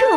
各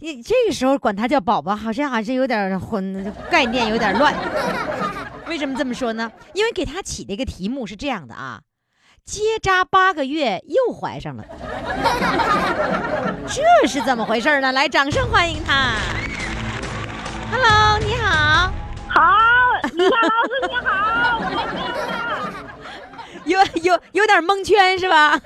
你这个时候管他叫宝宝，好像还是有点混，概念有点乱。为什么这么说呢？因为给他起的一个题目是这样的啊，结扎八个月又怀上了，这是怎么回事呢？来，掌声欢迎他。Hello，你好，好，李佳老师你好，我来听了。有有有点蒙圈是 吧？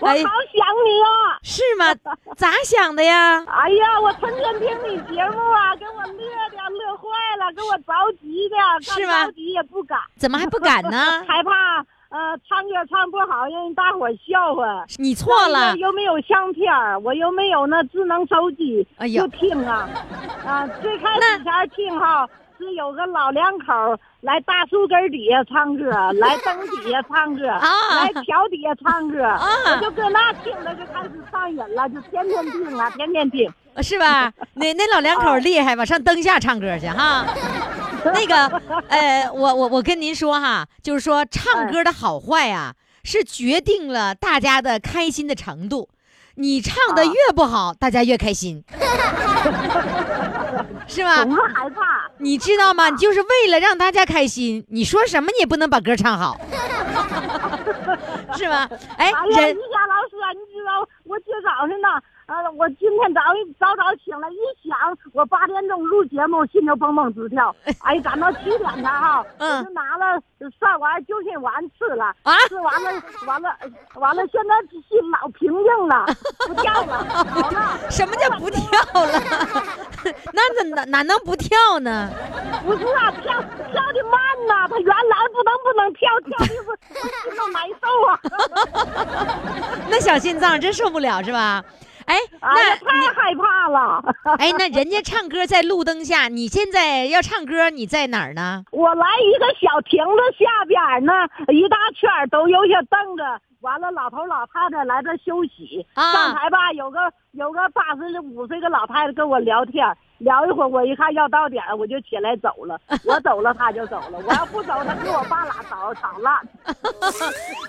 我好想你啊！哎是吗？咋想的呀？哎呀，我天天听你节目啊，给我乐的乐坏了，给我着急的，是刚吗着急也不敢，？怎么还不敢呢 害怕呃唱歌唱不好让人大伙儿笑话。你错了那又没有相片儿，我又没有那智能手机，哎呀就听啊，啊，最开始前听哈是有个老两口儿来大树根儿底下唱歌，来灯底下唱歌， 啊来桥底下唱歌，我就搁那听着就开始上瘾了，就天天听啊，天天听。呃是 吧？那那老两口儿厉害吧？上灯下唱歌去哈。 那个，呃，我我我跟您说哈，就是说唱歌的好坏啊，是决定了大家的开心的程度。你唱的越不好，大家越开 心，是吧总？是害怕，你知道吗？你就是为了让大家开心，你说什么你也不能把歌唱 好，是吧？哎哎，呀，人于霞老师啊，你知道我今早上呢，呃，我今天早一早早醒来，一想我八点钟录节目，心就蹦蹦直跳。哎，赶到七点呢哈， 嗯我就拿了上完就近丸吃了，啊吃完了完了完了，现在心老平静 了，不跳了，好了，什么叫不跳了？ 那怎哪哪能不跳呢？不是啊，跳跳的慢呐、他原来不能不能跳，跳的我我心都难受啊，那小心脏真受不了是吧？哎，哎呀， 太那害怕了。哎，那人家唱歌在路灯下，你现在要唱歌，你在哪儿呢？我来一个小亭子下边儿呢，一大圈儿都有些凳子。完了，老头老太太来这休息。啊上台吧，有个有个八十五岁的老太太跟我聊天儿，聊一会儿，我一看要到点儿，我就起来走 了。我走了，他就走了。我要不走，他给我爸俩吵吵烂。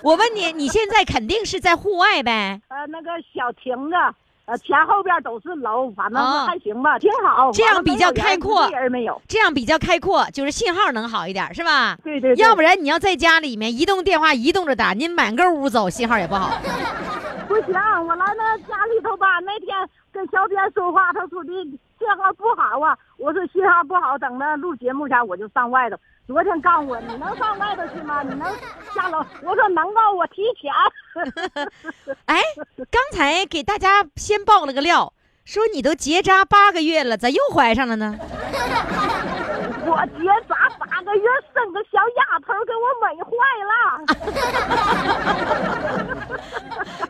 我问你，你现在肯定是在户外呗？呃，那个小亭子，呃，前后边都是楼，反正哦是还行吧，挺好。这样完了比没较有人开阔一个人没有。这样比较开阔，就是信号能好一点，是吧？对对对要不然你要在家里面移动电话移动着打，您满个屋走，信号也不好。 不行，我来那家里头吧。那天跟小编说话，他说的信号不好啊。我说信号不好，等着录节目前我就上外头。昨天告诉我，你能上外头去吗？你能下楼？我说能够，我提前。 哎，刚才给大家先爆了个料，说你都结扎八个月了，咋又怀上 了呢？我结扎八个月，生个小丫头，给我美坏了。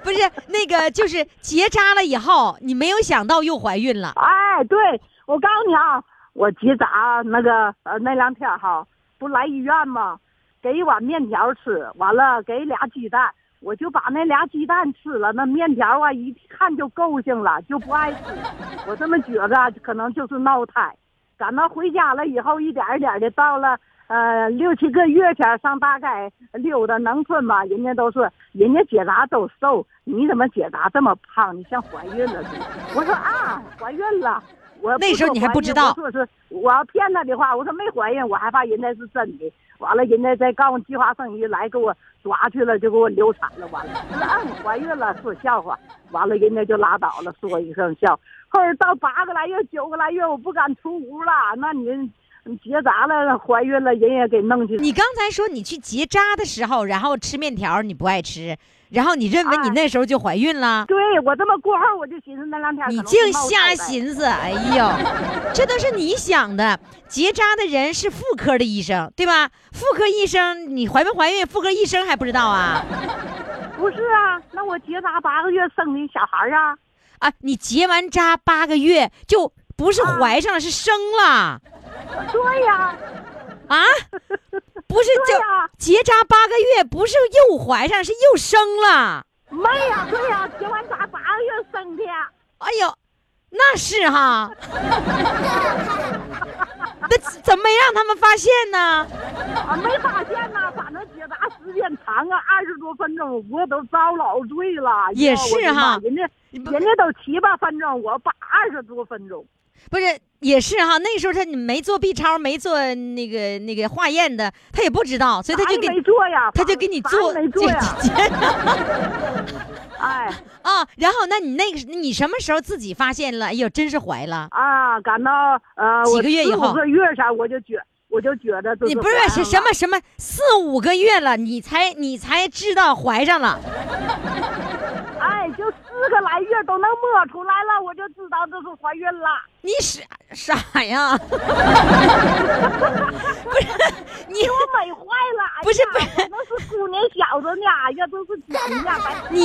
不是那个，就是结扎了以后，你没有想到又怀孕了。哎，对，我告诉你啊，我结扎那个呃那两天哈，不来医院吗？给一碗面条吃，完了给俩鸡蛋，我就把那俩鸡蛋吃了。那面条啊，一看就够性了，就不爱吃。我这么觉着，可能就是闹胎。赶到回家了以后，一点一点的到了呃六七个月前，上大街溜达农村吧，人家都说人家结扎都瘦，你怎么结扎这么胖？你像怀孕了似的。我说啊，怀孕了。我那时说候你还怀不孕知道我说是我要骗他的话，我说没怀孕，我还怕人家是真的。完了，人家再告诉计划生育来给我抓去了，就给我流产了。完了，我说啊，我怀孕了，说笑话。完了，人家就拉倒了，说一声笑。后来到八个来月、九个来月，我不敢出屋了。那你你结扎了，怀孕了，人也给弄去。你刚才说你去结扎的时候，然后吃面条你不爱吃，然后你认为你哎那时候就怀孕了，对我这么过后，我就寻思那两天可你能是净闹瞎事儿呗。寻思。哎呦，这都是你想的。结扎的人是妇科的医生，对吧？妇科医生你怀没怀孕，妇科医生还不知道啊。不是啊，那我结扎八个月生的小孩儿啊，啊，你结完扎八个月就不啊是怀上了，是生了对呀、啊？不是对呀就结扎八个月，不是又怀上，是又生了。妈呀，对呀、结完扎八个月生的，哎呦，那是哈， 那怎怎么没让他们发现呢？啊，没发现呐、反正结扎时间长啊，二十多分钟，我都遭老罪了。也是哎呦哈我的妈人家人家都七八分钟，我八二十多分钟。不是，也是哈，那时候他没做 B 超，没做那个那个化验的，他也不知道，所以他啥也就给没做呀，他就给你啥做也没做呀，这这这哎 啊。然后，那你那个你什么时候自己发现了？哎呦，真是怀了。啊，感到呃，几我个月以四五后个月啥，我就觉我就觉得这你不怀上是是什了么什么四五个月了，你才你才知道怀上了。哎，就四个来月都能摸出来了，我就知道这是怀孕了。你傻傻呀？ 不是你给我美坏了！哎呀不是不是我那是姑娘小子呢，哎呀，都是假的，白你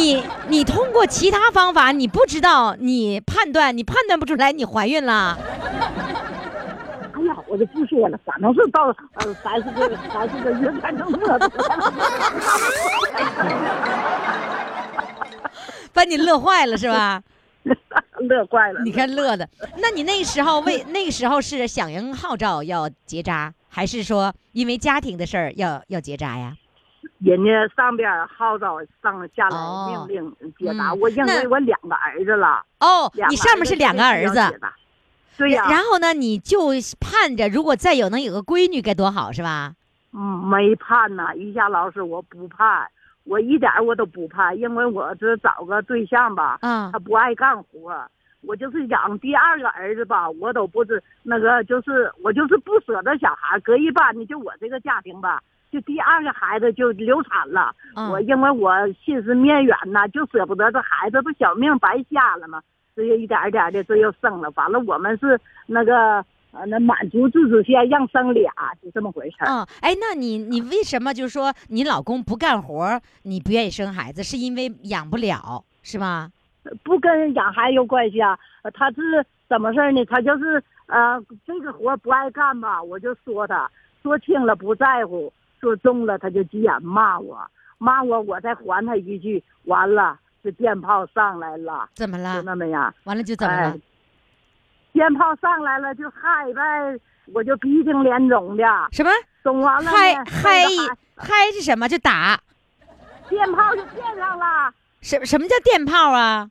你通过其他方法，你不知道，你判断你判断不出来你怀孕了。哎呀，我就不说了，反正是到呃三十个三十个月才能摸出来。把你乐坏了是吧？乐坏了，你看乐的。那你那时候为那时候是响应号召要结扎，还是说因为家庭的事儿要要结扎呀？人家上边号召上下来哦命令解答，嗯我认为那我两个儿子了，哦，两个你上面是两个儿必须要子解，答。对呀、然后呢，你就盼着如果再有能有个闺女该多好是吧？嗯，没盼呐，于霞老师，我不盼，我一点儿我都不盼，因为我这找个对象吧，啊他不爱干活，我就是养第二个儿子吧，我都不是那个，就是我就是不舍得小孩，隔一半你就我这个家庭吧，就第二个孩子就流产了，啊我因为我心思面远呐，就舍不得这孩子，不小命白瞎了吗？这又一点儿一点儿的，这又生了，完了我们是那个呃，那满足自主先让生俩，就这么回事儿。啊！哎，那你你为什么就是说你老公不干活儿，你不愿意生孩子，是因为养不了是吧？不跟养孩子有关系啊，呃他是怎么事儿呢？他就是呃，这个活不爱干吧，我就说他，说轻了不在乎，说重了他就急眼骂我，骂我，我再还他一句，完了这电炮上来了，怎么就了？那么样，完了就怎么哎了？电炮上来了就嗨呗，我就鼻青脸肿的，什么肿完了呢嗨那个嗨还嗨是什么？就打。电炮就电上了。什什么叫电炮啊？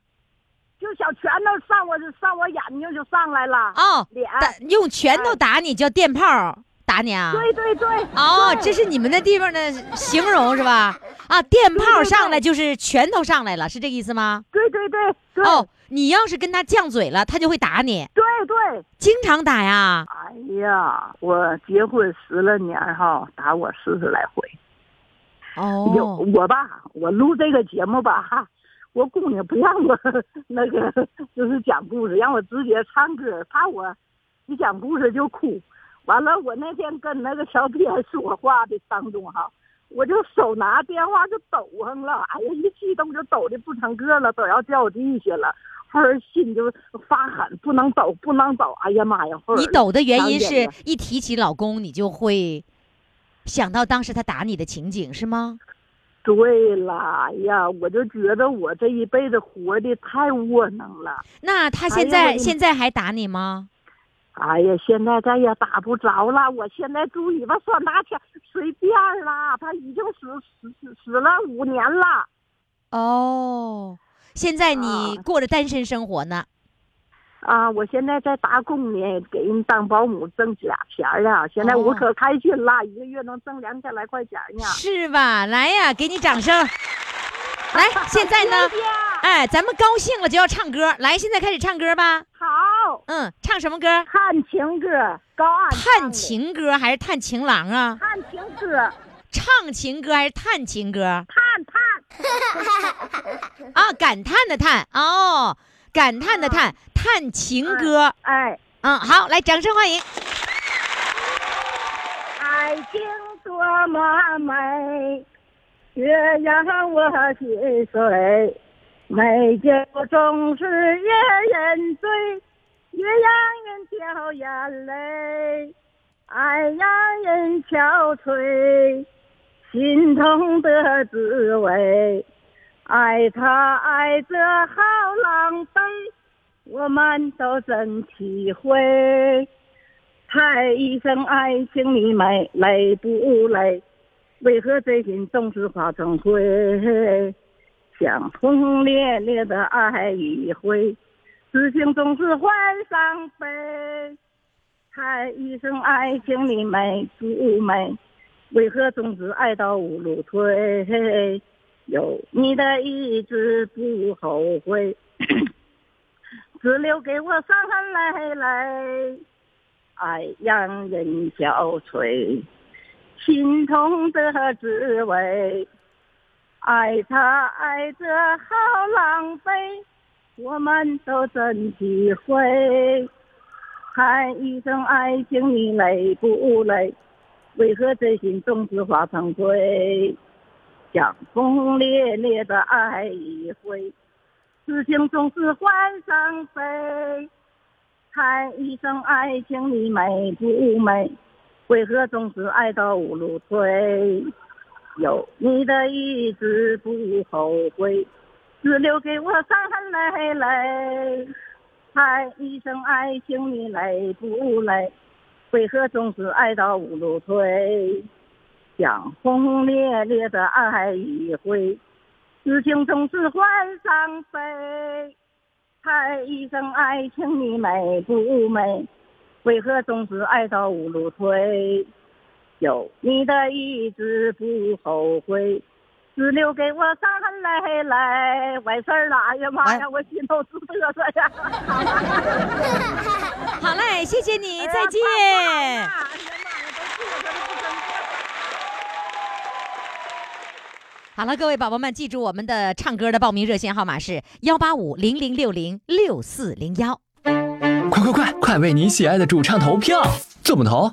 就小拳头上我上我眼睛就上来了，哦，脸打用拳头打你叫电炮打你啊？啊对对对，哦，对这是你们那地方的形容是吧？啊，电炮对对上来就是拳头上来了，是这个意思吗？对对对对，哦，你要是跟他犟嘴了，他就会打你，对对，经常打呀。哎呀，我结婚十来年哈，打我四十来回。有哦，我吧，我录这个节目吧，哈，我姑娘不让我 那个，就是讲故事，让我直接唱歌，怕我一讲故事就哭。完了，我那天跟那个小编说话的当中哈，我就手拿电话就抖上了，哎呀，一激动就抖的不成个了，都要掉地下了。后儿心就发狠，不能抖，不能抖，哎呀妈呀！后儿你抖的原当然因是了一提起老公，你就会想到当时他打你的情景，是吗？对了，哎呀，我就觉得我这一辈子活的太窝囊了。那他哎现呀我在的现在还打你吗？哎呀，现在咱也打不着了，我现在猪尾巴酸辣条随便啦，他已经死死死死了五年了。哦，现在你啊过着单身生活呢。啊，我现在在打工呢，给人当保姆挣俩钱儿啊！现在哦我可开心啦，一个月能挣两千来块钱呢。是吧？来呀，给你掌 声！来，现在呢谢谢？哎，咱们高兴了就要唱歌，来，现在开始唱歌吧。好，嗯，唱什么歌？探情歌，高岸唱探的情歌还是探情郎啊？探情歌，唱情歌还是探情 歌探探啊？感叹的叹哦，感叹的叹，探情歌。哎。嗯，好，来，掌声欢迎。爱情多么美，越让我心碎。美酒总是越人醉，越让人掉眼泪，爱让人憔悴，心痛的滋味。爱他爱这好狼狈，我们都真体会。猜一声爱情你美，累不累？为何真心总是化成灰？想轰烈烈的爱一回，痴情总是换伤悲。叹一声爱情你美不美？为何总是爱到无路退？有你的一直不后悔，只留给我伤痕累累。爱让人憔悴，心痛的滋味。爱他爱得好狼狈，我们都真体会。喊一声爱情，你累不累？为何真心总是化成灰？想轰轰烈烈的爱一回，痴情总是换伤悲。喊一声爱情，你美不美？为何总是爱到无路退？有你的一直不后悔，只留给我伤痕累累。喊一声爱情，你累不累？为何总是爱到无路退？想轰轰烈烈的爱一回，痴情总是换伤悲。叹一声爱情，你美不美？为何总是爱到无路退？有你的一直不后悔，只留给我伤痕累累。完事儿了，哎呀妈呀，我心头直嘚瑟呀！好嘞，谢谢你，哎再见。哎啊呀妈呀，都嘚瑟的不成样儿好了，各位宝宝们，记住我们的唱歌的报名热线号码是幺八五零零六零六四零幺。快快快，快为你喜爱的主唱投票！怎么投？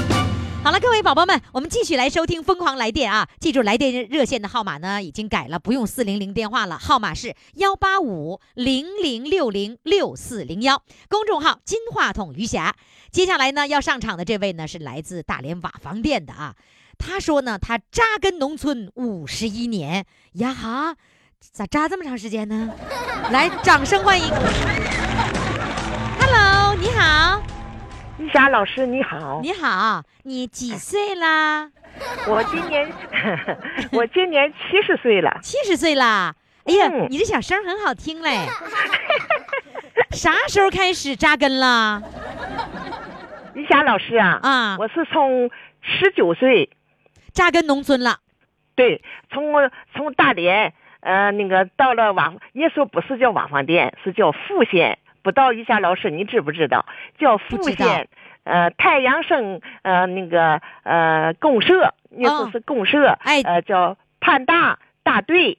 好了，各位宝宝们，我们继续来收听《疯狂来电》啊！记住，来电热线的号码呢已经改了，不用四零零电话了，号码是幺八五零零六零六四零幺，公众号“金话筒余霞”。接下来呢，要上场的这位呢是来自大连瓦房店的啊，他说呢，他扎根农村五十一年呀哈，咋扎这么长时间呢？来，掌声欢迎！Hello，你好，玉霞老师你好，你好，你几岁啦？ 我今年我今年七十岁了，七十岁啦！哎呀，嗯你这小声儿很好听嘞。啥时候开始扎根啦？玉霞老师啊，啊我是从十九岁，扎根农村了，对，从我从大连呃那个到了瓦，那时候不是叫瓦房店，是叫富县，不知道玉霞老师你知不知道？叫不富知道县，呃，太阳盛呃那个呃公社，那时哦候是公社，哎呃叫盼大大队。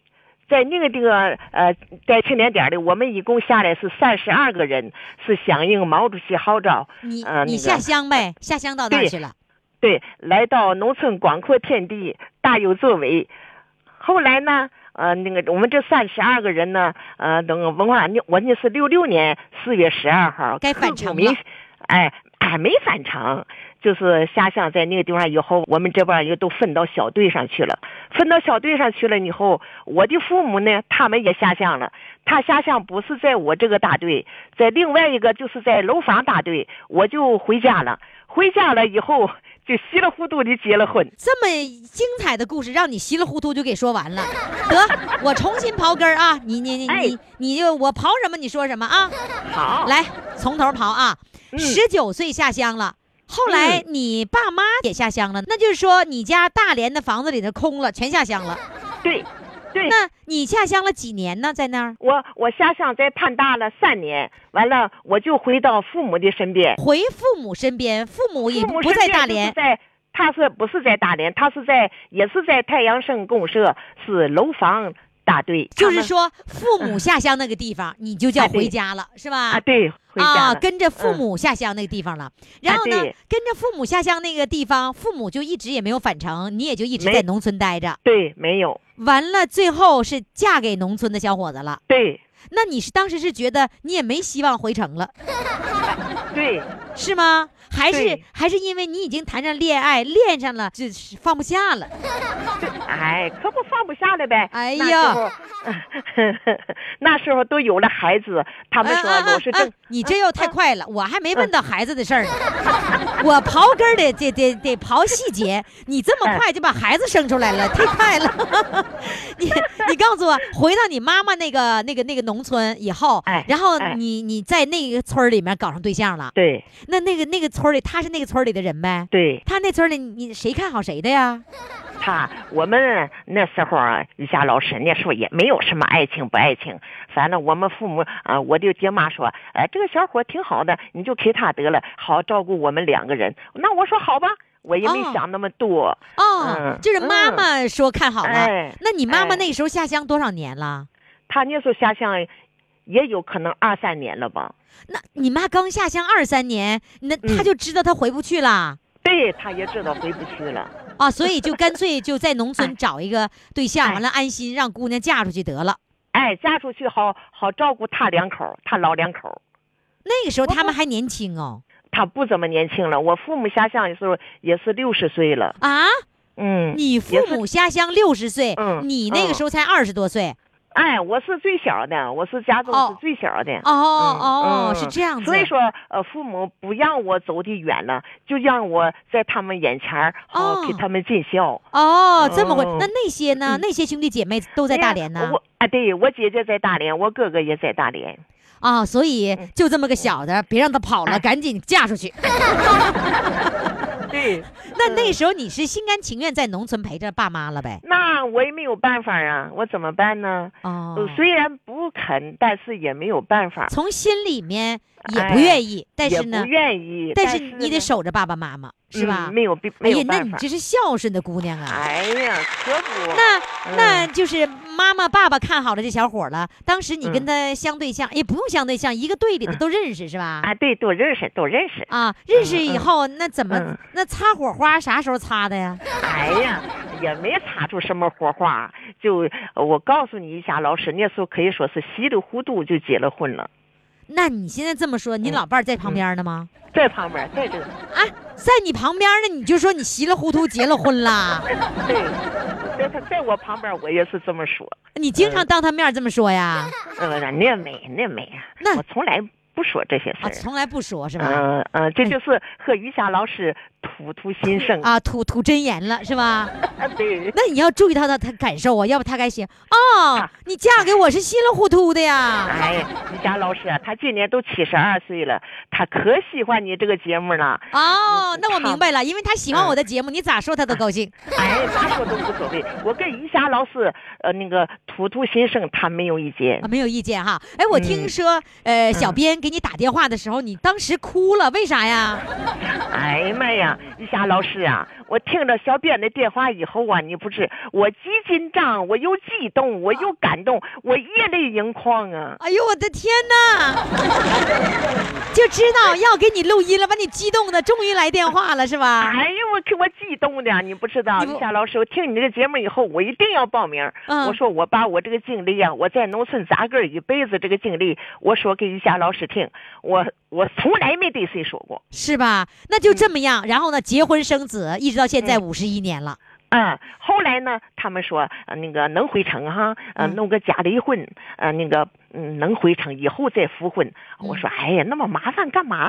在那个这个呃，在庆典点儿里，我们一共下来是三十二个人，是响应毛主席号召，你、呃你那个下乡呗，下乡到那儿对去了。对，来到农村广阔天地，大有作为。后来呢，呃，那个我们这三十二个人呢，呃，等文化，我那是六六年四月十二号，该刻返骨程铭了心。哎，还没返程，就是下乡在那个地方以后，我们这边儿又都分到小队上去了。分到小队上去了以后，我的父母呢，他们也下乡了。他下乡不是在我这个大队，在另外一个就是在楼房大队，我就回家了。回家了以后，就稀里糊涂的结了婚。这么精彩的故事，让你稀里糊涂就给说完了。得，我重新刨根儿啊！你你你哎你你就我刨什么你说什么啊？好，来，从头刨啊！嗯十九岁下乡了。后来你爸妈也下乡了，那就是说你家大连的房子里头空了，全下乡了。对，对， 那你下乡了几年呢？在那儿我我下乡在盼大了三年，完了我就回到父母的身边。回父母身边，父母也父母不身在边大就是连，在他是不是在大连？他是在也是在太阳盛公社，是楼房大队，就是他们说父母下乡那个地方，你就叫啊对回家了，是吧？啊，对，回家啊，了跟着父嗯啊母下乡那个地方了。然后呢，对跟着父母下乡那个地方，父母就一直也没有返程，你也就一直没在农村待着。对没有完了，最后是嫁给农村的小伙子了。对那你是当时是觉得你也没希望回城了，对是吗？还是对还是因为你已经谈上恋爱，恋上了，就是放不下了。哎，可不放不下了呗。哎那时呀候， 那时候都有了孩子，他们说啊啊啊我是正，啊你这又太快了，我还没问到孩子的事儿呢。我刨根儿得得得得刨细节，你这么快就把孩子生出来 了，太快了。 你你告诉我，回到你妈妈那个那个那个农村以后，哎然后哎你你在那个村儿里面搞上对象了，对那那个那个村儿里他是那个村儿里的人呗？对，他那村儿里你谁看好谁的呀？他我们那时候啊，瑜伽老师那时候也没有什么爱情不爱情，反正我们父母啊、我的爹妈说，哎，这个小伙挺好的，你就给他得了，好照顾我们两个人。那我说好吧，我也没哦想那么多。哦嗯，就是妈妈说看好了哎。那你妈妈哎那时候下乡多少年了？他那时候下乡，也有可能二三年了吧。那你妈刚下乡二三年，那嗯她就知道她回不去了、对，他也知道回不去了。啊，所以就干脆就在农村找一个对象，哎完了安心让姑娘嫁出去得了。哎，嫁出去好好照顾他两口儿，他老两口儿。那个时候他们还年轻哦他不怎么年轻了，我父母下乡的时候也是六十岁了。啊！嗯，你父母下乡六十岁，嗯你那个时候才二十多岁。哎，我是最小的，我是家中哦是最小的。哦哦嗯，嗯是这样子。所以说，呃，父母不让我走的远了，就让我在他们眼前儿好、哦给他们尽孝。哦，这么回哦那那些呢？那些兄弟姐妹都在大连哎呀呢我啊，对我姐姐在大连，我哥哥也在大连。啊，所以嗯就这么个小的，别让他跑哎了，赶紧嫁出去。 对，那嗯那时候你是心甘情愿在农村陪着爸妈了呗？那我也没有办法啊，我怎么办呢？哦呃，虽然不肯，但是也没有办法，从心里面也哎不愿意，但也是不呢，愿意。但是是你得呢守着爸爸妈妈，是吧嗯？没有必哎没呀有，那办你法。这是孝顺的姑娘啊！哎呀，可不。那嗯那就是妈妈爸爸看好了这小伙了，当时你跟嗯他相对象，也不用相对象，一个队里的都认识是吧？啊，对，都认识，都认识。啊，认识以后那怎么嗯那擦火花啥时候擦的呀？哎呀，也没擦出什么火花，就呃我告诉你一下，老师那时候可以说是稀里糊涂就结了婚了，那你现在这么说，你嗯老伴儿在旁边呢吗？在旁边，在这个，啊，在你旁边呢，你就说你稀里糊涂结了婚啦？对，我在他在我旁边，我也是这么说。你经嗯常当他面这么说呀？啊呃，那没那没啊，那我从来不说这些事啊，儿。从来不说是吧？嗯嗯，这就是和于霞老师吐吐心声。 啊，吐吐真言了是吧？哎对，那你要注意到他他感受啊，要不他该写哦，啊你嫁给我是稀里糊涂的呀。哎，于霞老师啊，他今年都七十二岁了，他可喜欢你这个节目了。哦，那他我明白了，因为他喜欢我嗯的节目，你咋说他都高兴。哎，咋说都无所谓。我跟于霞老师，呃，那个吐吐心声，他没有意见啊，。没有意见哈。哎，我嗯听说，呃，小编给你打电话的时候，你当时哭了，为啥呀？哎呀妈呀，于霞老师啊，我听了小编的电话以后啊，你不是我既紧张，我又激动，我又感动，我热泪盈眶啊。哎呦，我的天哪！ 就知道要给你录音了，把你激动的，终于来电话了是吧？哎呦，我给我激动的，你不知道，你不李霞老师，我听你这个节目以后，我一定要报名。嗯我说我把我这个经历啊，我在农村扎根儿一辈子这个经历，我说给于霞老师听，我我从来没对谁说过。是吧？那就这么样，然后呢，结婚生子，一直到现在嗯五十一年了。啊、后来呢，他们说、呃那个能回城哈，呃，嗯弄个假离婚，呃，那个嗯能回城以后再复婚。嗯我说哎呀，那么麻烦干嘛？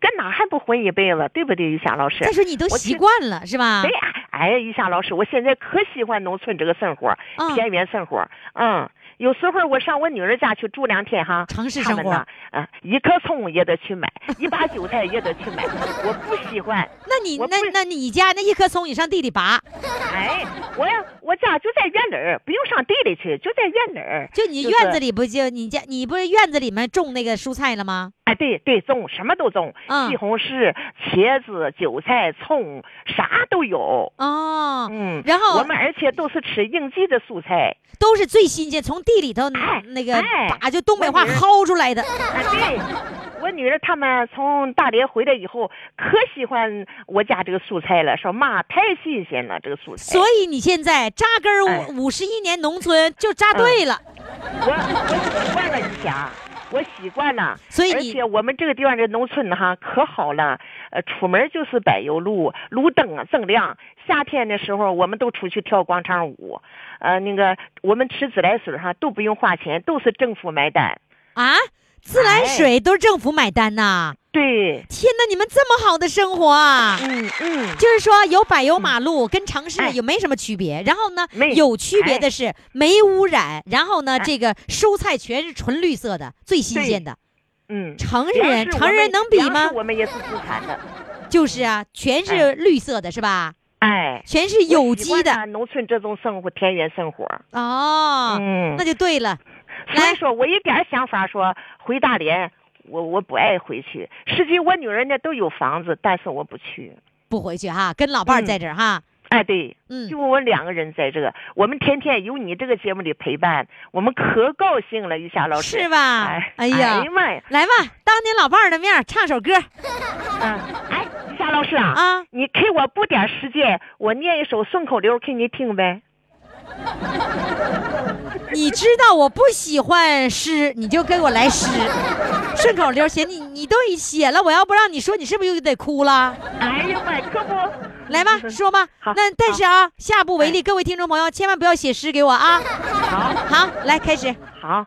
跟哪还不混一辈子，对不对，于霞老师再？说你都我习听惯了是吧对？呀，哎呀，于霞老师，我现在可喜欢农村这个生活，嗯田园生活。嗯，有时候我上我女儿家去住两天哈，城市他生们活呢，啊，一颗葱也得 去买，一把韭菜也得去买。我不喜欢，那你我那不是那你家那一棵葱，你上地里拔，哎，我要我家就在院里儿，不用上地里去，就在院里儿。就你就是院子里不就你家你不是院子里面种那个蔬菜了吗？哎，对对，种什么都种，嗯西红柿、茄子、韭菜、葱，啥都有。哦，嗯，然后我们而且都是吃应季的蔬菜。都是最新鲜，从地里头哎那个哎拔，就东北话我女儿薅出来的。啊，对， 我女儿她们从大连回来以后，可喜欢我家这个蔬菜了，说妈太新鲜了，这个蔬菜。所以你现在扎根哎嗯儿五五十一年农村就扎对了，我我习惯了一下，我习惯了。所以而你且我们这个地方这农村哈可好了，呃，出门就是柏油路，路灯啊锃亮。夏天的时候，我们都出去跳广场舞，呃，那个我们吃自来水哈都不用花钱，都是政府买单。啊！自来哎水都是政府买单呐！对，天哪，你们这么好的生活啊！嗯嗯。就是说有柏油马路，跟城市哎也没什么区别。然后呢没，有区别哎的是没污染，然后呢，哎这个蔬菜全是纯绿色的，最新鲜的。嗯，城市粮人，食城我市们人能比粮食吗？我们也是自产的，就是啊，全是哎绿色的，是吧？哎，全是有我习机惯的了农村这种生活，田园生活。哦，嗯那就对了。所来以说我一点儿想法说回大连，我我不爱回去。实际我女儿呢都有房子，但是我不去。不回去哈，跟老伴儿嗯在这儿哈。哎，对，嗯就我两个人在这，我们天天有你这个节目里陪伴，我们可高兴了，玉霞老师。是吧哎，哎呀哎呀妈呀，来吧，当你老伴儿的面儿唱首歌嗯，哎，玉霞老师啊，啊！你给我不点儿时间，我念一首顺口溜给你听呗。你知道我不喜欢诗，你就给我来 诗，顺口溜儿写你，你都已写了，我要不让你说，你是不是又得哭了？哎呀妈，呀，可不，来吧，说吧。嗯好哎那但是啊，下不为例，各位听众朋友，千万不要写诗给 我啊！好。好，来开始。好，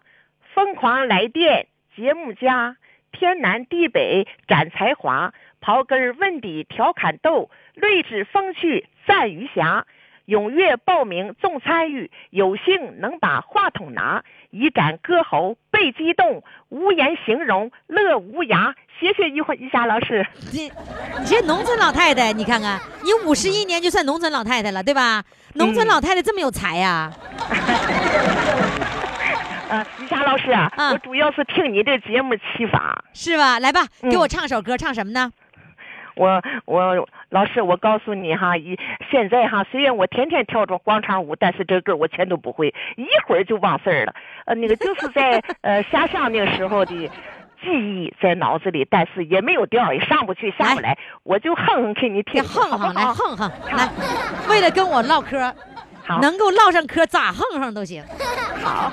疯狂来电，节目家，天南地北展才华，刨根儿问底调侃逗，睿智风趣赞余霞。踊跃报名重参与，有幸能把话筒拿，一展歌喉被激动，无言形容乐无涯。谢谢一会一霞老师，这你这农村老太太，你看看，你五十一年就算农村老太太了，对吧？嗯农村老太太这么有才啊呀、呃，一霞老师啊，嗯我主要是听你这节目启发。是吧？来吧，嗯给我唱首歌，唱什么呢？我我老师，我告诉你哈，一现在哈，虽然我天天跳着广场舞，但是这歌我全都不会，一会儿就忘事儿了。呃，那个就是在呃下乡那个时候的记忆在脑子里，但是也没有调儿，也上不去下不来，我就哼哼给你给听，哼好哼，不 来好？哼哼，来，为了跟我唠嗑，好，能够唠上嗑，咋哼哼都行。好，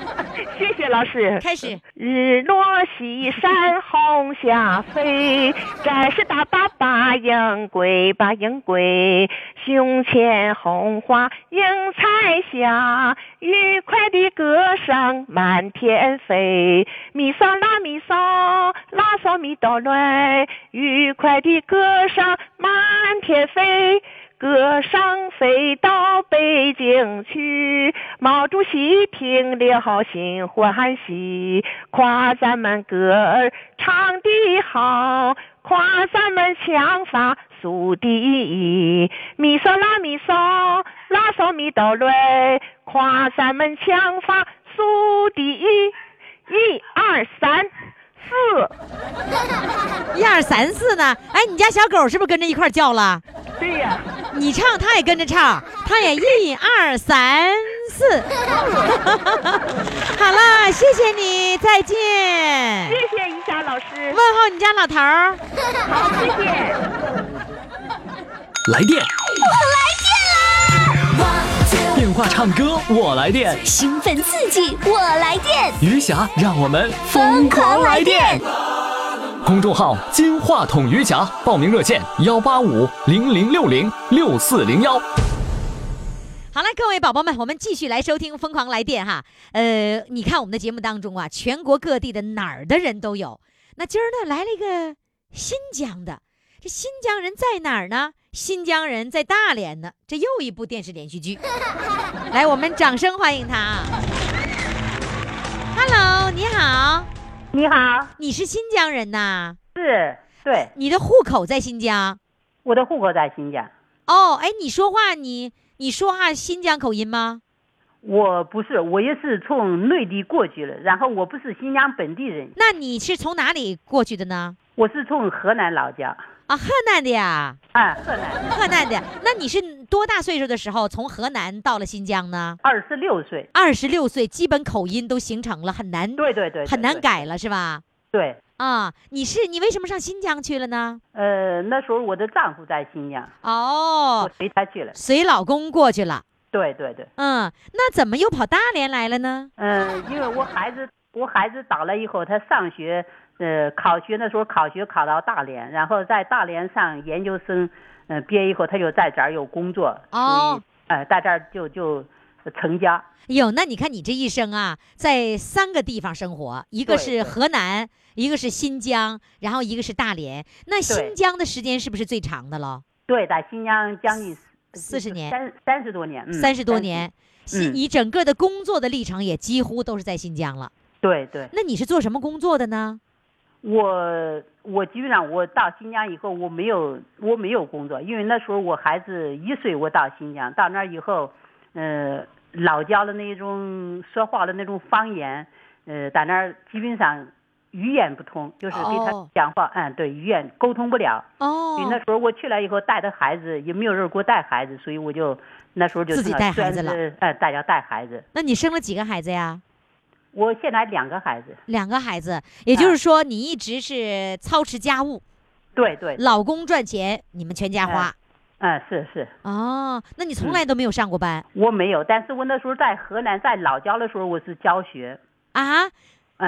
谢谢老师。开始。日落西山红霞飞，战士打靶把鹰归，把鹰归。胸前红花映彩霞，愉快的歌声满天飞。咪嗦啦咪嗦，啦嗦咪哆来，愉快的歌声满天飞。歌声飞到北京去，毛主席听了心欢喜，夸咱们歌儿唱得好，夸咱们枪法数第一。咪嗦啦咪嗦，拉嗦咪哆来，夸咱们枪法数第一。一二三四，一二三四呢？哎，你家小狗是不是跟着一块儿叫了？对呀、你唱，它也跟着唱，它也一二三四。 好了，谢谢你，再见谢。谢一霞老师问，候你家老头儿。好，谢谢。来电，电话唱歌我来电，兴奋刺激，我来电！余霞让我们疯狂来电。公众号“金话筒余霞”，报名热线：幺八五零零六零六四零幺。好了，各位宝宝们，我们继续来收听《疯狂来电》哈。呃，你看我们的节目当中啊，全国各地的哪儿的人都有。那今儿呢，来了一个新疆的，这新疆人在哪儿呢？新疆人在大连呢。这又一部电视连续剧，来，我们掌声欢迎他啊！Hello，你好，你好，你是新疆人呐？是，对，你的户口在新疆？我的户口在新疆，哦，哎，你说话你你说话新疆口音吗？我不是，我也是从内地过去了，然后我不是新疆本地人，那你是从哪里过去的呢？我是从河南老家，啊，河南的呀，啊，河南，河南的。那你是多大岁数的时候从河南到了新疆呢？二十六岁，二十六岁，基本口音都形成了，很难对对对，对很难，改了，是吧？对对，啊，你是你为什么上新疆去了呢？呃，那时候我的丈夫在新疆，我哦，随他去了，随老公过去了。对对对，嗯，那怎么又跑大连来了呢？嗯、因为我孩子，我孩子倒了以后，他上学，呃，考学那时候考学考到大连，然后在大连上研究生，嗯、毕业以后他就在这儿有工作，哦所以，呃，在这儿就就成家，哎呦，那你看你这一生啊，在三个地方生活，一个对是对河南，一个是新疆，然后一个是大连。那新疆的时间是不是最长的了？对，在新疆将近四十年三三十多年，嗯三十多，年，嗯新你整个的工作的历程也几乎都是在新疆了。对对，那你是做什么工作的呢？我我基本上我到新疆以后，我没有我没有工作，因为那时候我孩子一岁，我到新疆，到那儿以后，呃，老家的那种说话的那种方言，呃，在那儿基本上语言不通，就是跟哦他讲话，嗯，对，语言沟通不了。哦所以，那时候我去了以后，带的孩子也没有人给我带孩子，所以我就那时候就自己成带孩子专了职，哎、大家带孩子。那你生了几个孩子呀？我现在两个孩子，两个孩子，啊也就是说你一直是操持家务，对对，老公赚钱，你们全家花。嗯，是是，哦，那你嗯从来都没有上过班我没有，但是我那时候在河南，在老家的时候我是教学，啊？嗯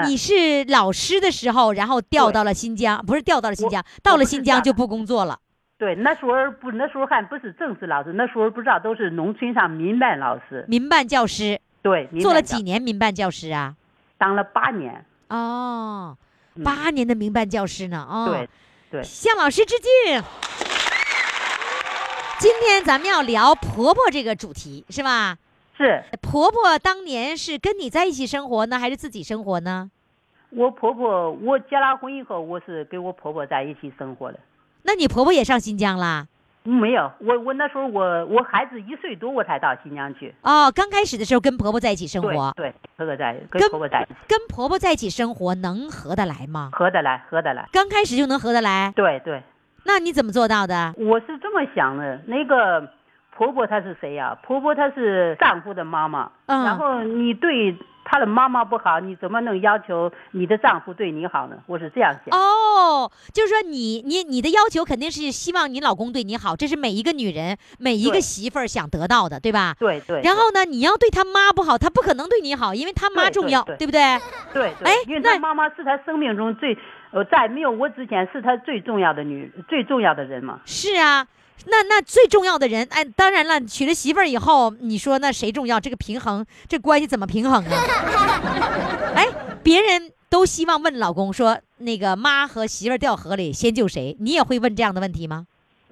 你是老师的时候，然后调对到了新疆，不是调到了新我疆，到了不是新疆调就不工作了。对，那时候不，那时候还不是正式老师，那时候不知道都是农村上民办老师，民办教师对，民做了办教几，年民办教师啊？当了八年，哦，嗯八年的民办教师呢？哦，对，对向老师致敬。今天咱们要聊婆婆这个主题是吧？是婆婆当年是跟你在一起生活呢，还是自己生活呢？我婆婆，我结了婚以后，我是跟我婆婆在一起生活的，那你婆婆也上新疆啦？没有，我我那时候我我孩子一岁多，我才到新疆去，哦，刚开始的时候跟婆婆在一起生对活，对，婆哎婆在跟跟婆婆在一起，跟婆婆在一起生活能合得来吗？合得来，合得来，刚开始就能合得来，对对。那你怎么做到的？我是这么想的，那个婆婆她是谁呀、婆婆她是丈夫的妈妈，嗯然后你对她的妈妈不好，你怎么能要求你的丈夫对你好呢？我是这样想，哦，就是说你你你的要求肯定是希望你老公对你好，这是每一个女人每一个对媳妇儿想得到的，对吧？对对，然后呢，你要对他妈不好，他不可能对你好，因为他妈对重对要，对不对？对对，哎因为那她妈妈是她生命中最，呃，在没有我之前是她最重要的女，最重要的人嘛，是啊，那那最重要的人，哎，当然了，娶了媳妇儿以后，你说那谁重要？这个平衡，这关系怎么平衡啊？哎，别人都希望问老公说，那个妈和媳妇儿掉河里，先救谁？你也会问这样的问题吗？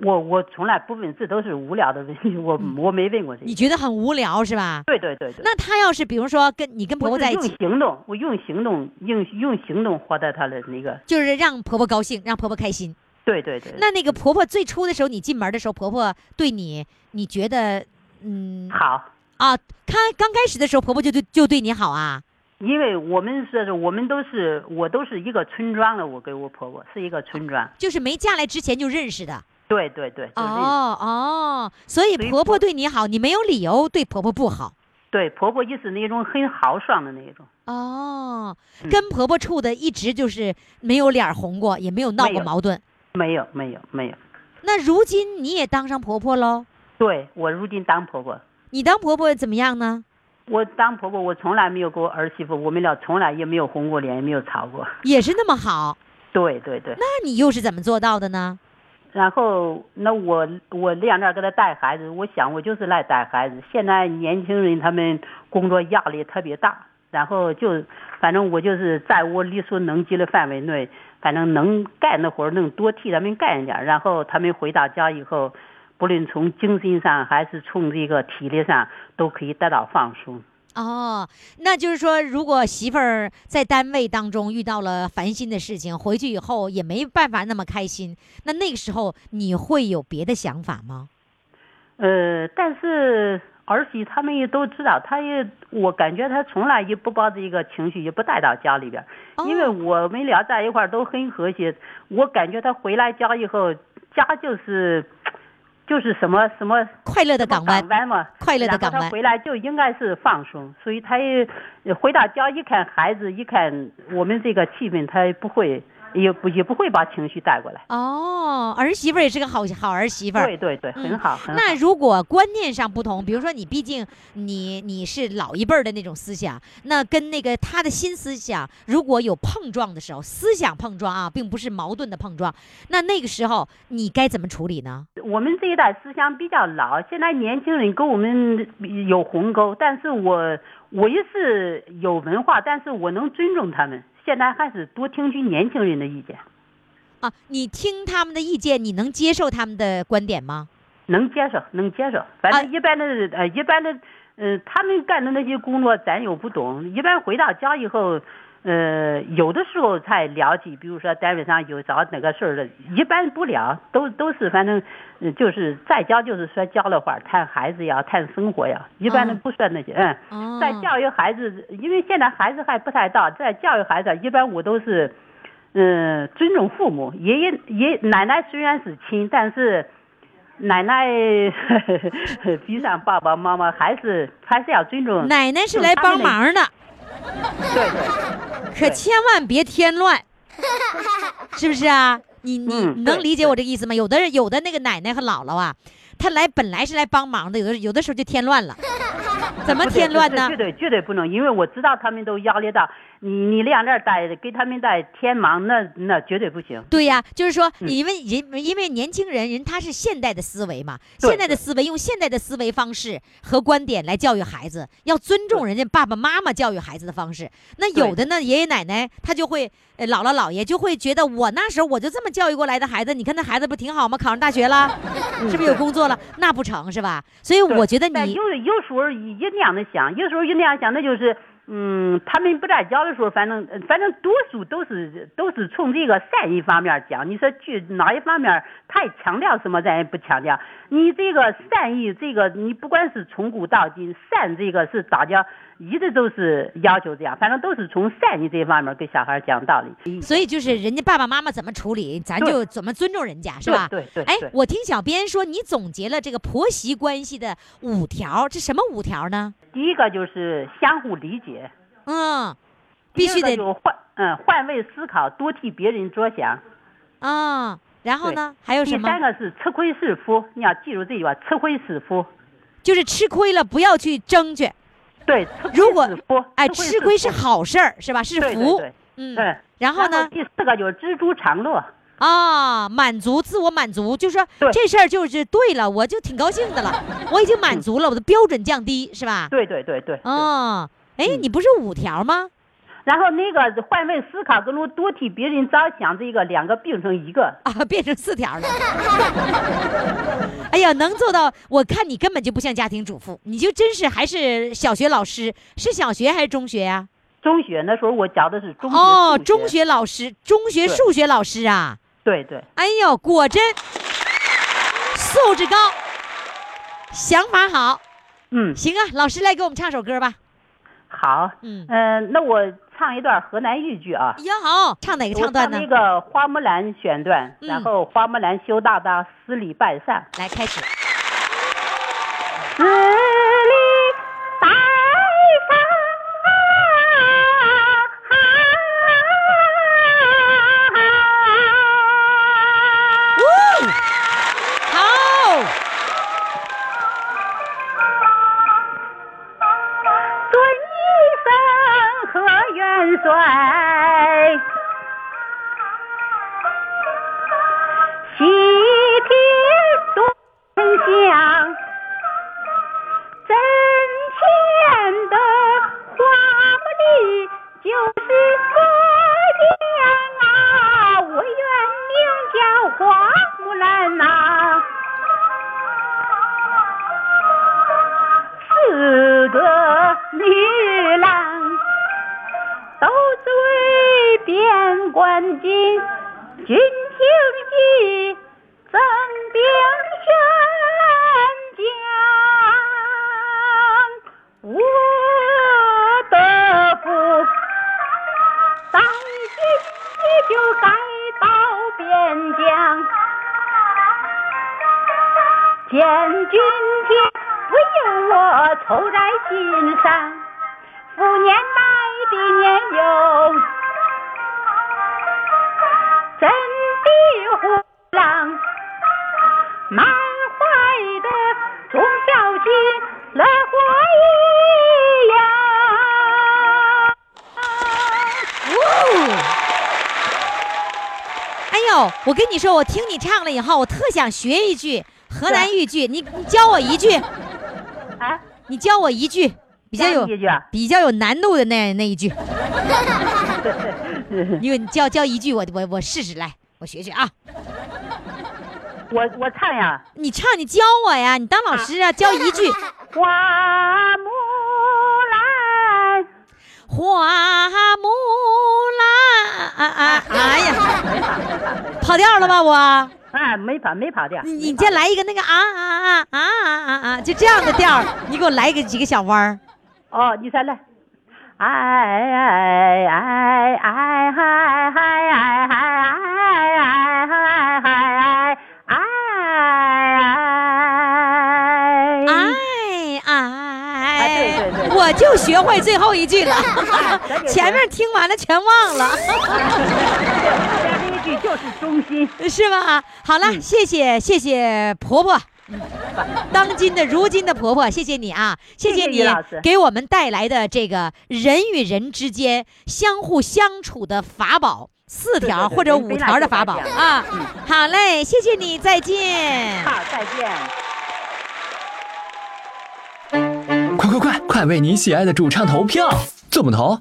我我从来不问，这都是无聊的问题，我我没问过这些，你觉得很无聊是吧？对对对对。那他要是比如说跟你跟婆我婆是在一用起，行动，我用行动，用用行动活在她的那个，就是让婆婆高兴，让婆婆开心。对对对。那那个婆婆最初的时候，你进门的时候，婆婆对你，你觉得，嗯好，啊，她刚开始的时候，婆婆就对就对你好啊？因为我们是，我们都是，我都是一个村庄的，我跟我婆婆是一个村庄。就是没嫁来之前就认识的。对对对，就是、哦哦，所以所以婆婆婆对你好，你没有理由对婆婆不好。对婆婆也是那种很豪爽的那种，哦，嗯跟婆婆处的一直就是没有脸儿红过，也没有闹没过有矛盾。没有没有没有。那如今你也当上婆婆喽？对我如今当婆婆，你当婆婆怎么样呢？我当婆婆，我从来没有跟我儿媳妇，我们俩从来也没有红过脸，也没有吵过。也是那么好，对对对，那你又是怎么做到的呢？然后那我我两那给她带孩子，我想我就是来带孩子。现在年轻人他们工作压力特别大，然后就反正我就是在我力所能及的范围内，反正能干的活儿能多替他们干一点儿。然后他们回到家以后，不论从精神上还是从这个体力上，都可以得到放松。哦，那就是说，如果媳妇儿在单位当中遇到了烦心的事情，回去以后也没办法那么开心，那那个时候你会有别的想法吗？呃，但是儿媳他们也都知道，她也我感觉她从来也不把这个情绪也不带到家里边儿，因为哦我们俩在一块儿都很和谐。我感觉她回来家以后，家就是就是什么什么快乐的什么港湾，湾嘛，快乐的然后港她湾回来就应该是放松，所以她也回到家一看孩子，一看我们这个气氛，她也不会也不也不会把情绪带过来。哦，儿媳妇儿也是个好好儿媳妇儿。嗯对对对，很好，很好。那如果观念上不同，比如说你毕竟你你是老一辈儿的那种思想，那跟那个他的新思想如果有碰撞的时候，思想碰撞啊，并不是矛盾的碰撞，那那个时候你该怎么处理呢？我们这一代思想比较老，现在年轻人跟我们有鸿沟，但是我我也是有文化，但是我能尊重他们。现在还是多听取年轻人的意见，啊，你听他们的意见，你能接受他们的观点吗？能接受，能接受。反啊正一般的，呃，一般的，嗯、他们干的那些工作咱又不懂。一般回到家以后，呃，有的时候才聊起，比如说单位上有找哪个事儿的，一般不聊，都都是反正、呃就是在家就是说家里话，谈孩子呀，谈生活呀，一般的嗯不说那些，嗯。哦在教育孩子，因为现在孩子还不太大，在教育孩子，一般我都是，嗯、尊重父母。爷爷爷奶奶虽然是亲，但是奶奶 比上爸爸妈妈还是还是要尊重。奶奶是就来他帮们的忙的，嗯对对，可千万别 添乱，是不是啊？你你嗯能对理解我这个意思吗？有的人有的那个奶奶和姥姥啊，她来本来是来帮忙的，有的有的时候就添乱 了，怎么不对添乱呢绝？对绝对不能，因为我知道他们都压力大，你你两那儿待着，给他们带添忙，那那绝对不行。对呀、就是说，嗯因为人因为年轻人人他是现代的思维嘛，对现代的思维用现代的思维方式和观点来教育孩子，要尊重人家爸爸妈妈教育孩子的方式。那有的呢，爷爷奶奶他就会，呃姥姥姥爷就会觉得我那时候我就这么教育过来的孩子，你看那孩子不挺好吗？考上大学了，是不是有工作了？那不成是吧？所以嗯对我觉得但你哎有有时候一那样的想，有时候一那样想，那就是，嗯，他们不在家的时候，反正反正多数都是都是从这个善意方面讲。你说去哪一方面太强调什么，咱也不强调。你这个善意，这个你不管是从古到今，善这个是大家一直都是要求这样，反正都是从善意这方面给小孩讲道理。所以就是人家爸爸妈妈怎么处理，咱对就怎么尊重人家，是吧？对对对哎对，我听小编说你总结了这个婆媳关系的五条，这什么五条呢？第一个就是相互理解，嗯，必须第二得个就换嗯换位思考，多替别人着想。啊、然后呢，还有什第么三？个是吃亏是福，你要记住这句话，吃亏是福。就是吃亏了不要去争去，对，吃如果亏是福，哎，吃亏是福。好事儿，是吧？是对对福对。嗯对，然后呢？第四个就是知足常乐。啊，满足自我满足，就说对这事儿就是对了，我就挺高兴的了，我已经满足了，我的标准降低，是吧？嗯对对对对。对嗯啊，哎，你不是五条吗？然后那个换位思考，跟如多替别人着想，这个两个并成一个。啊， 变成四条了。哎呀，能做到，我看你根本就不像家庭主妇，你就真是还是小学老师，是小学还是中学呀、中学那时候我教的是中学。哦，数中。学老师，中学对数学老师啊。对对哎呦，果真素质高，想法好，嗯行啊，老师来给我们唱首歌吧。好嗯嗯、那我唱一段河南豫剧啊。哟好，唱哪个我唱段唱呢那？个花木兰选段，嗯然后花木兰羞答答，十里拜善。来开始。十里白发，哦好，尊一声何元帅，喜提东乡。关禁，军情急，增兵神将，我的父，当今也就该到边疆，见军帖，唯有我愁在心上，赴年迈的年幼。真的虎狼，满怀的忠孝心来回呀。哎呦，我跟你说，我听你唱了以后，我特想学一句河南豫剧，你你教我一句，啊，你教我一句，比较有一句啊，比较有难度的那那一 句，因为你教教一句，我我我试试来，我学学啊。我我唱呀，你唱，你教我呀！你当老师啊，教 一句花木兰， “花木兰”啊啊！哎呀， 跑调了吧我？啊哎，没跑没跑调。你你再来一个那个啊啊啊啊啊啊啊！就这样的调儿，你给我来个几个小弯儿。哦，你再来。哎哎哎哎哎哎哎哎哎哎哎哎哎哎！哎哎，哎对对对我就学会最后一句了， 咱给前面听完了全忘 了，这一句就是忠心。是吧？好嗯了，谢谢谢谢婆婆。当今的如今的婆婆，谢谢你啊，谢谢谢你于老师给我们带来的这个人与人之间相互相处的法宝四对对条对或者五没来条的就法白宝讲啊。好嘞，谢谢你，再见。好，啊再见。快快快，快为你喜爱的主唱投票！怎么投？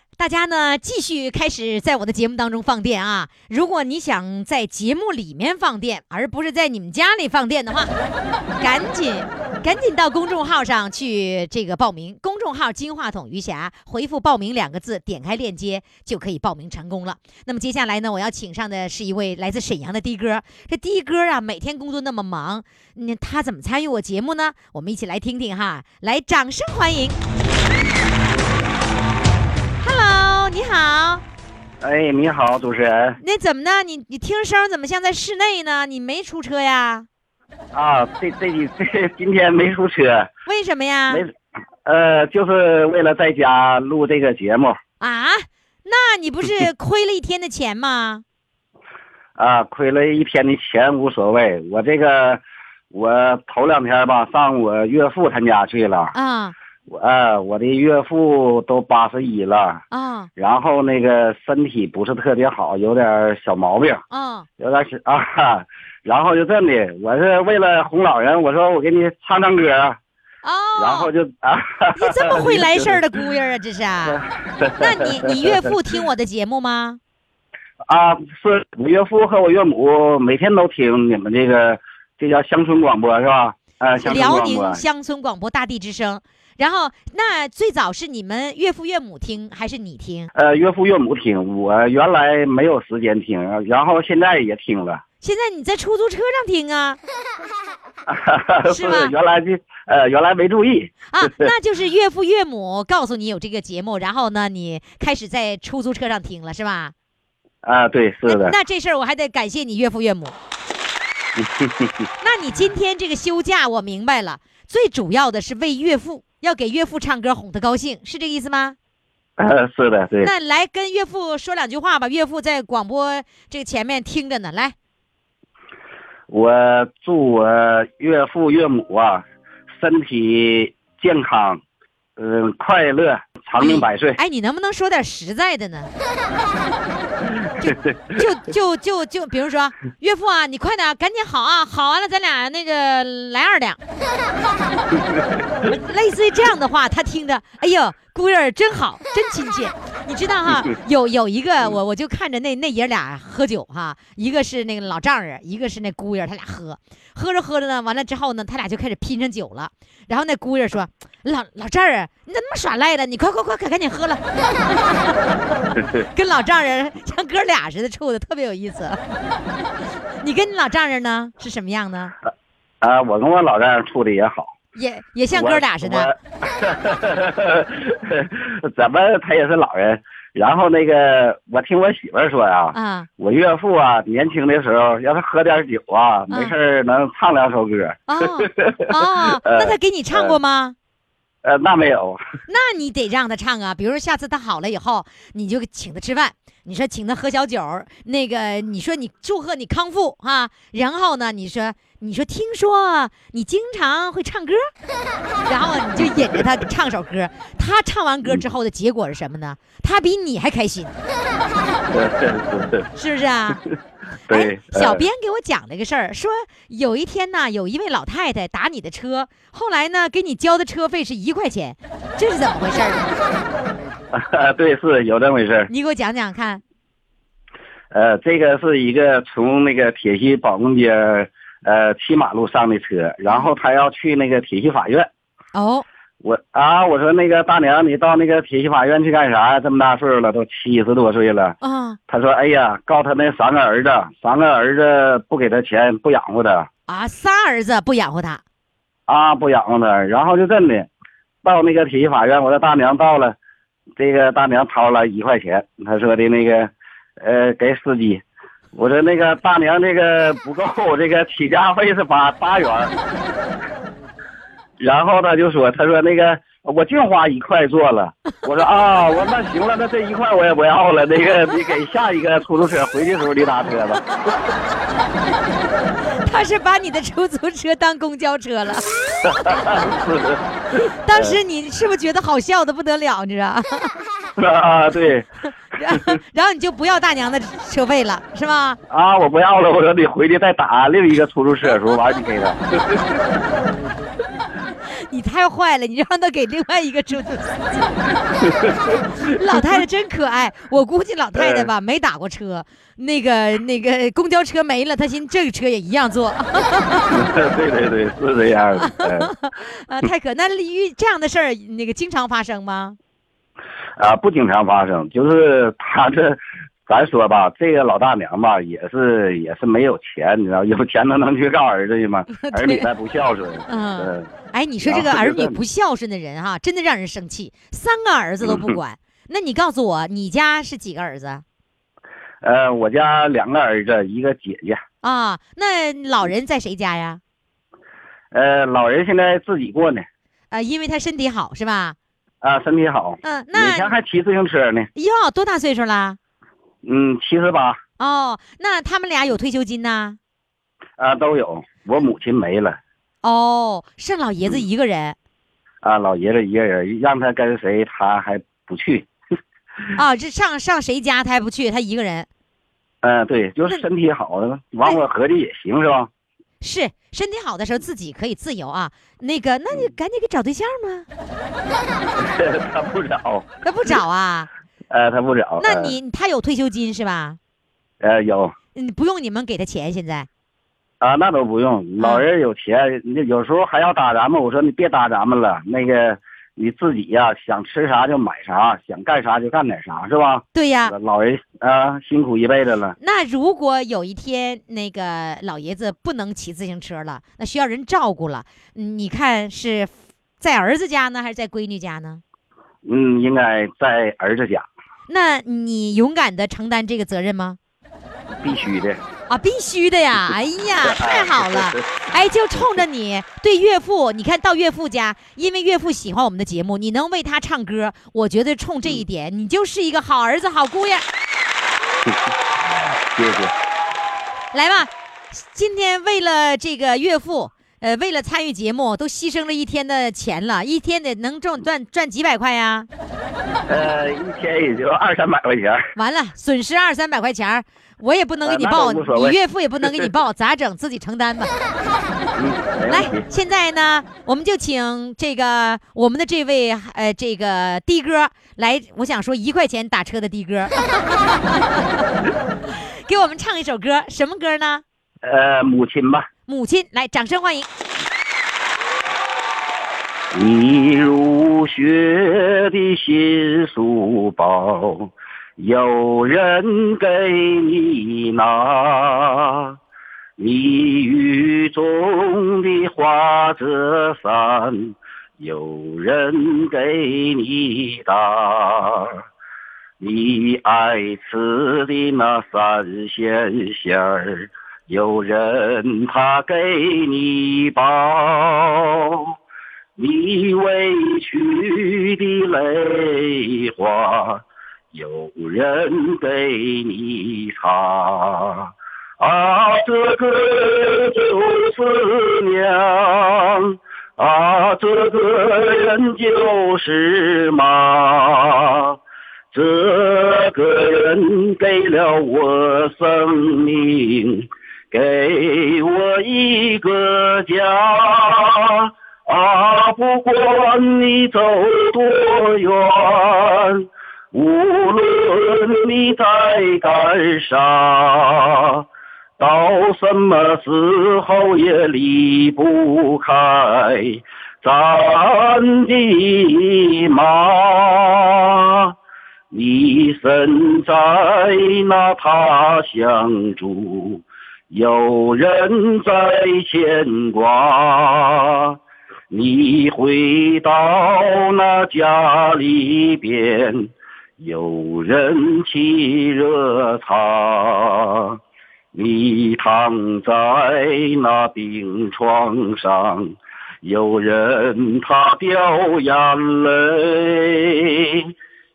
大家呢继续开始在我的节目当中放电啊！如果你想在节目里面放电，而不是在你们家里放电的话， 赶紧赶紧到公众号上去这个报名。公众号“金话筒余霞”，回复“报名”两个字，点开链接就可以报名成功了。那么接下来呢，我要请上的是一位来自沈阳的的哥。这的哥啊，每天工作那么忙，那他怎么参与我节目呢？我们一起来听听哈，来，掌声欢迎。Hello，你好。哎，你好，主持人那怎么呢？你你听声儿怎么像在室内呢？你没出车呀？啊，这这几这今天没出车，为什么呀？没，呃，就是为了在家录这个节目啊？那你不是亏了一天的钱吗？啊，亏了一天的钱无所谓，我这个我头两天吧上我岳父他家去了，啊我、呃、我的岳父都八十一了，啊然后那个身体不是特别好，有点小毛病，啊！有点小啊，然后就这么的，我是为了哄老人，我说我给你唱唱歌，啊然后哦，就啊，你这么会来事儿的姑爷儿啊，这是啊。 那你你岳父听我的节目吗？啊，是我岳父和我岳母每天都听你们这个，这叫乡村广播是吧？啊，乡村辽广播宁乡村广播大地之声。然后，那最早是你们岳父岳母听还是你听？呃，岳父岳母听，我原来没有时间听，然后现在也听了，现在你在出租车上听啊？是吗原来就呃原来没注意，啊，那就是岳父岳母告诉你有这个节目，然后呢，你开始在出租车上听了，是吧？啊，对，是那的，那这事儿我还得感谢你岳父岳母。哎那你今天这个休假，我明白了，最主要的是为岳父，要给岳父唱歌哄他高兴，是这个意思吗？呃， 是的，对，那来跟岳父说两句话吧，岳父在广播这个前面听着呢，来，我祝我岳父岳母啊身体健康，嗯、快乐，长命百岁。哎，你能不能说点实在的呢？就就就就，比如说，岳父啊，你快点，赶紧好啊，好完了，咱俩那个来二两，类似于这样的话，他听着，哎呦，姑爷儿真好，真亲切。你知道哈，有有一个我我就看着那那爷俩喝酒哈，一个是那个老丈人，一个是那姑爷，他俩喝，喝着喝着呢，完了之后呢，他俩就开始拼上酒了。然后那姑爷说：“老老丈人，你咋那么耍赖了？你快快快，赶赶紧喝了。对”跟老丈人像哥俩似的处的，特别有意思。你跟你老丈人呢是什么样呢？啊，我跟我老丈人处的也好， 也也像哥俩似的。我。我怎么他也是老人？然后那个，我听我媳妇儿说呀、啊我岳父啊，年轻的时候要是喝点酒啊，没事儿能唱两首歌。哦哦，那他给你唱过吗？呃，那没有，那你得让他唱啊，比如说下次他好了以后，你就请他吃饭，你说请他喝小酒儿，那个你说你祝贺你康复啊，然后呢，你说你说听说你经常会唱歌，然后你就引着他唱首歌，他唱完歌之后的结果是什么呢？他比你还开心，是不是啊？对。小呃编给我讲了一个事儿，说有一天呢，有一位老太太打你的车，后来呢，给你交的车费是一块钱，这是怎么回事儿 呢？对，是有这回事儿。你给我讲讲看。呃，这个是一个从那个铁西保供街，呃，七马路上的车，然后他要去那个铁西法院。哦，我啊，我说那个大娘，你到那个铁西法院去干啥呀？这么大岁数了，都七十多岁了。啊他说：“哎呀，告他那三个儿子，三个儿子不给他钱，不养活他啊，仨儿子不养活他，啊，不养活他。”然后就这么的，到那个体育法院，我的大娘到了，这个大娘掏了一块钱，她说的那个，呃，给司机。我说那个大娘这个不够，这个起价费是八八元儿。然后他就说，他说那个我净花一块做了。我说啊，我说那行了，那这一块我也不要了，那个你给下一个出租车回去的时候你打车 吧。他是把你的出租车当公交车 了。当时你是不是觉得好笑的不得了？你知道，啊，对 然后 然后你就不要大娘的车费了，是吧？啊，我不要了，我说你回去再打另一个出租车的时 候，完了你给他。你太坏了，你让他给另外一个 出租司机。老太太真可爱，我估计老太太吧没打过车，那个那个公交车没了，她寻思这个车也一样坐， 对对对，是这样的。哎啊，太可。那遇这样的事儿，那个经常发生吗？啊，不经常发生，就是他这，咱说吧，这个老大娘吧，也是也是没有钱，你知道，有钱他能去告儿子去 吗？儿女再不孝顺，嗯嗯，哎，你说这个然后儿就女是不孝顺的人哈、真的让人生气，三个儿子都不 管。那你告诉我，你家是几个儿子呃，我家两个儿子，一个姐姐，啊？那老人在谁家呀？呃，老人现在自己过呢，啊，因为他身体好是吧？啊，身体好，嗯，以那前还骑自行车呢，哟，多大岁数啦？嗯，七十八，哦，那他们俩有退休金呐？啊，都有。我母亲没了，哦，剩老爷子一个人啊，老爷子一个人，让他跟谁他还不去。啊，这上上谁家他还不去，他一个人嗯、对，就是身体好了，完我合计也行是 吧？是身体好的时候自己可以自由啊。那个，那你赶紧给找对象吧，他不找，那不找啊？呃，他不找。那你他有退休金是吧？呃呃有嗯，不用你们给他钱，现在啊，那都不用，老人有钱，那有时候还要打咱们。我说你别打咱们了，那个你自己呀、想吃啥就买啥，想干啥就干点啥，是吧？对呀。老人啊、辛苦一辈子了。那如果有一天那个老爷子不能骑自行车了，那需要人照顾了，嗯你看是在儿子家呢，还是在闺女家呢？嗯，应该在儿子家，那你勇敢的承担这个责任吗？必须的。啊，必须 的呀！哎呀，太好了！哎，就冲着你对岳父，你看到岳父家，因为岳父喜欢我们的节目，你能为他唱歌，我觉得冲这一点，你就是一个好儿子、好姑爷。 谢谢。来吧，今天为了这个岳父，呃，为了参与节目，都牺牲了一天的钱了，一天得能挣赚赚几百块呀？呃，一天也就二三百块钱儿。完了，损失二三百块钱儿，我也不能给你啊那报，倒无所谓你岳父也不能给你报， 咋整？自己承担吧。嗯，没问来，题。现在呢，我们就请这个我们的这位呃这个的哥来，我想说一块钱打车的的哥，给我们唱一首歌，什么歌呢？呃，母亲吧，母亲，来，掌声欢迎。你入学的新书包，有人给你拿；你雨中的花折伞，有人给你打。你爱吃的那三鲜馅儿，有人他给你包。你委屈的泪花，有人给你擦。啊，这个就是娘，啊，这个人就是妈，这个人给了我生命，给我一个家。啊，不管你走多远，无论你在干啥，到什么时候也离不开咱的妈。你身在那他乡住，有人在牵挂。你回到那家里边，有人沏热茶。你躺在那病床上，有人他掉眼泪。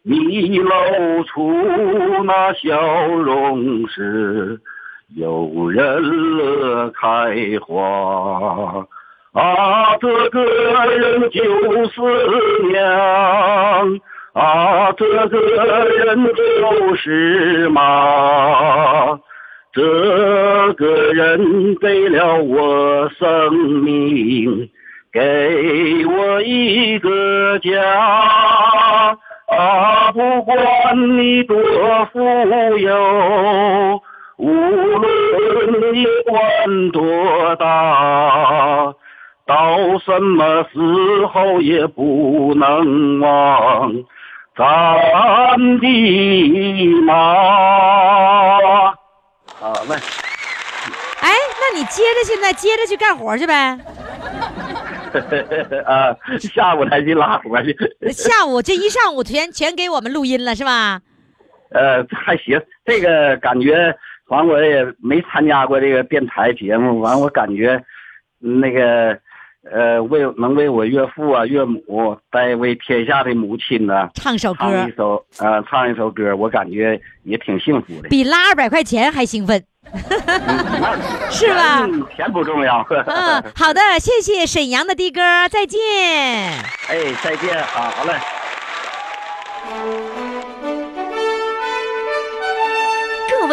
你露出那笑容时，有人乐开花。啊，这个人就是娘，啊，这个人就是妈，这个人给了我生命，给我一个家。啊，不管你多富有，无论你官多大。到什么时候也不能忘咱的啊妈。好嘞，哎，那你接着现在接着去干活去呗。啊，下午才去拉活去，下午这一上午全全给我们录音了是吧？呃，还行，这个感觉，完我也没参加过这个电台节目，完我感觉，那个，呃，为能为我岳父啊、岳母，再为天下的母亲呢、唱首唱歌一，首呃，唱一首歌，我感觉也挺幸福的。比拉二百块钱还兴奋， 是吧？嗯，钱不重要。 嗯，好的，谢谢沈阳的的哥，再见。哎，再见，好嘞。各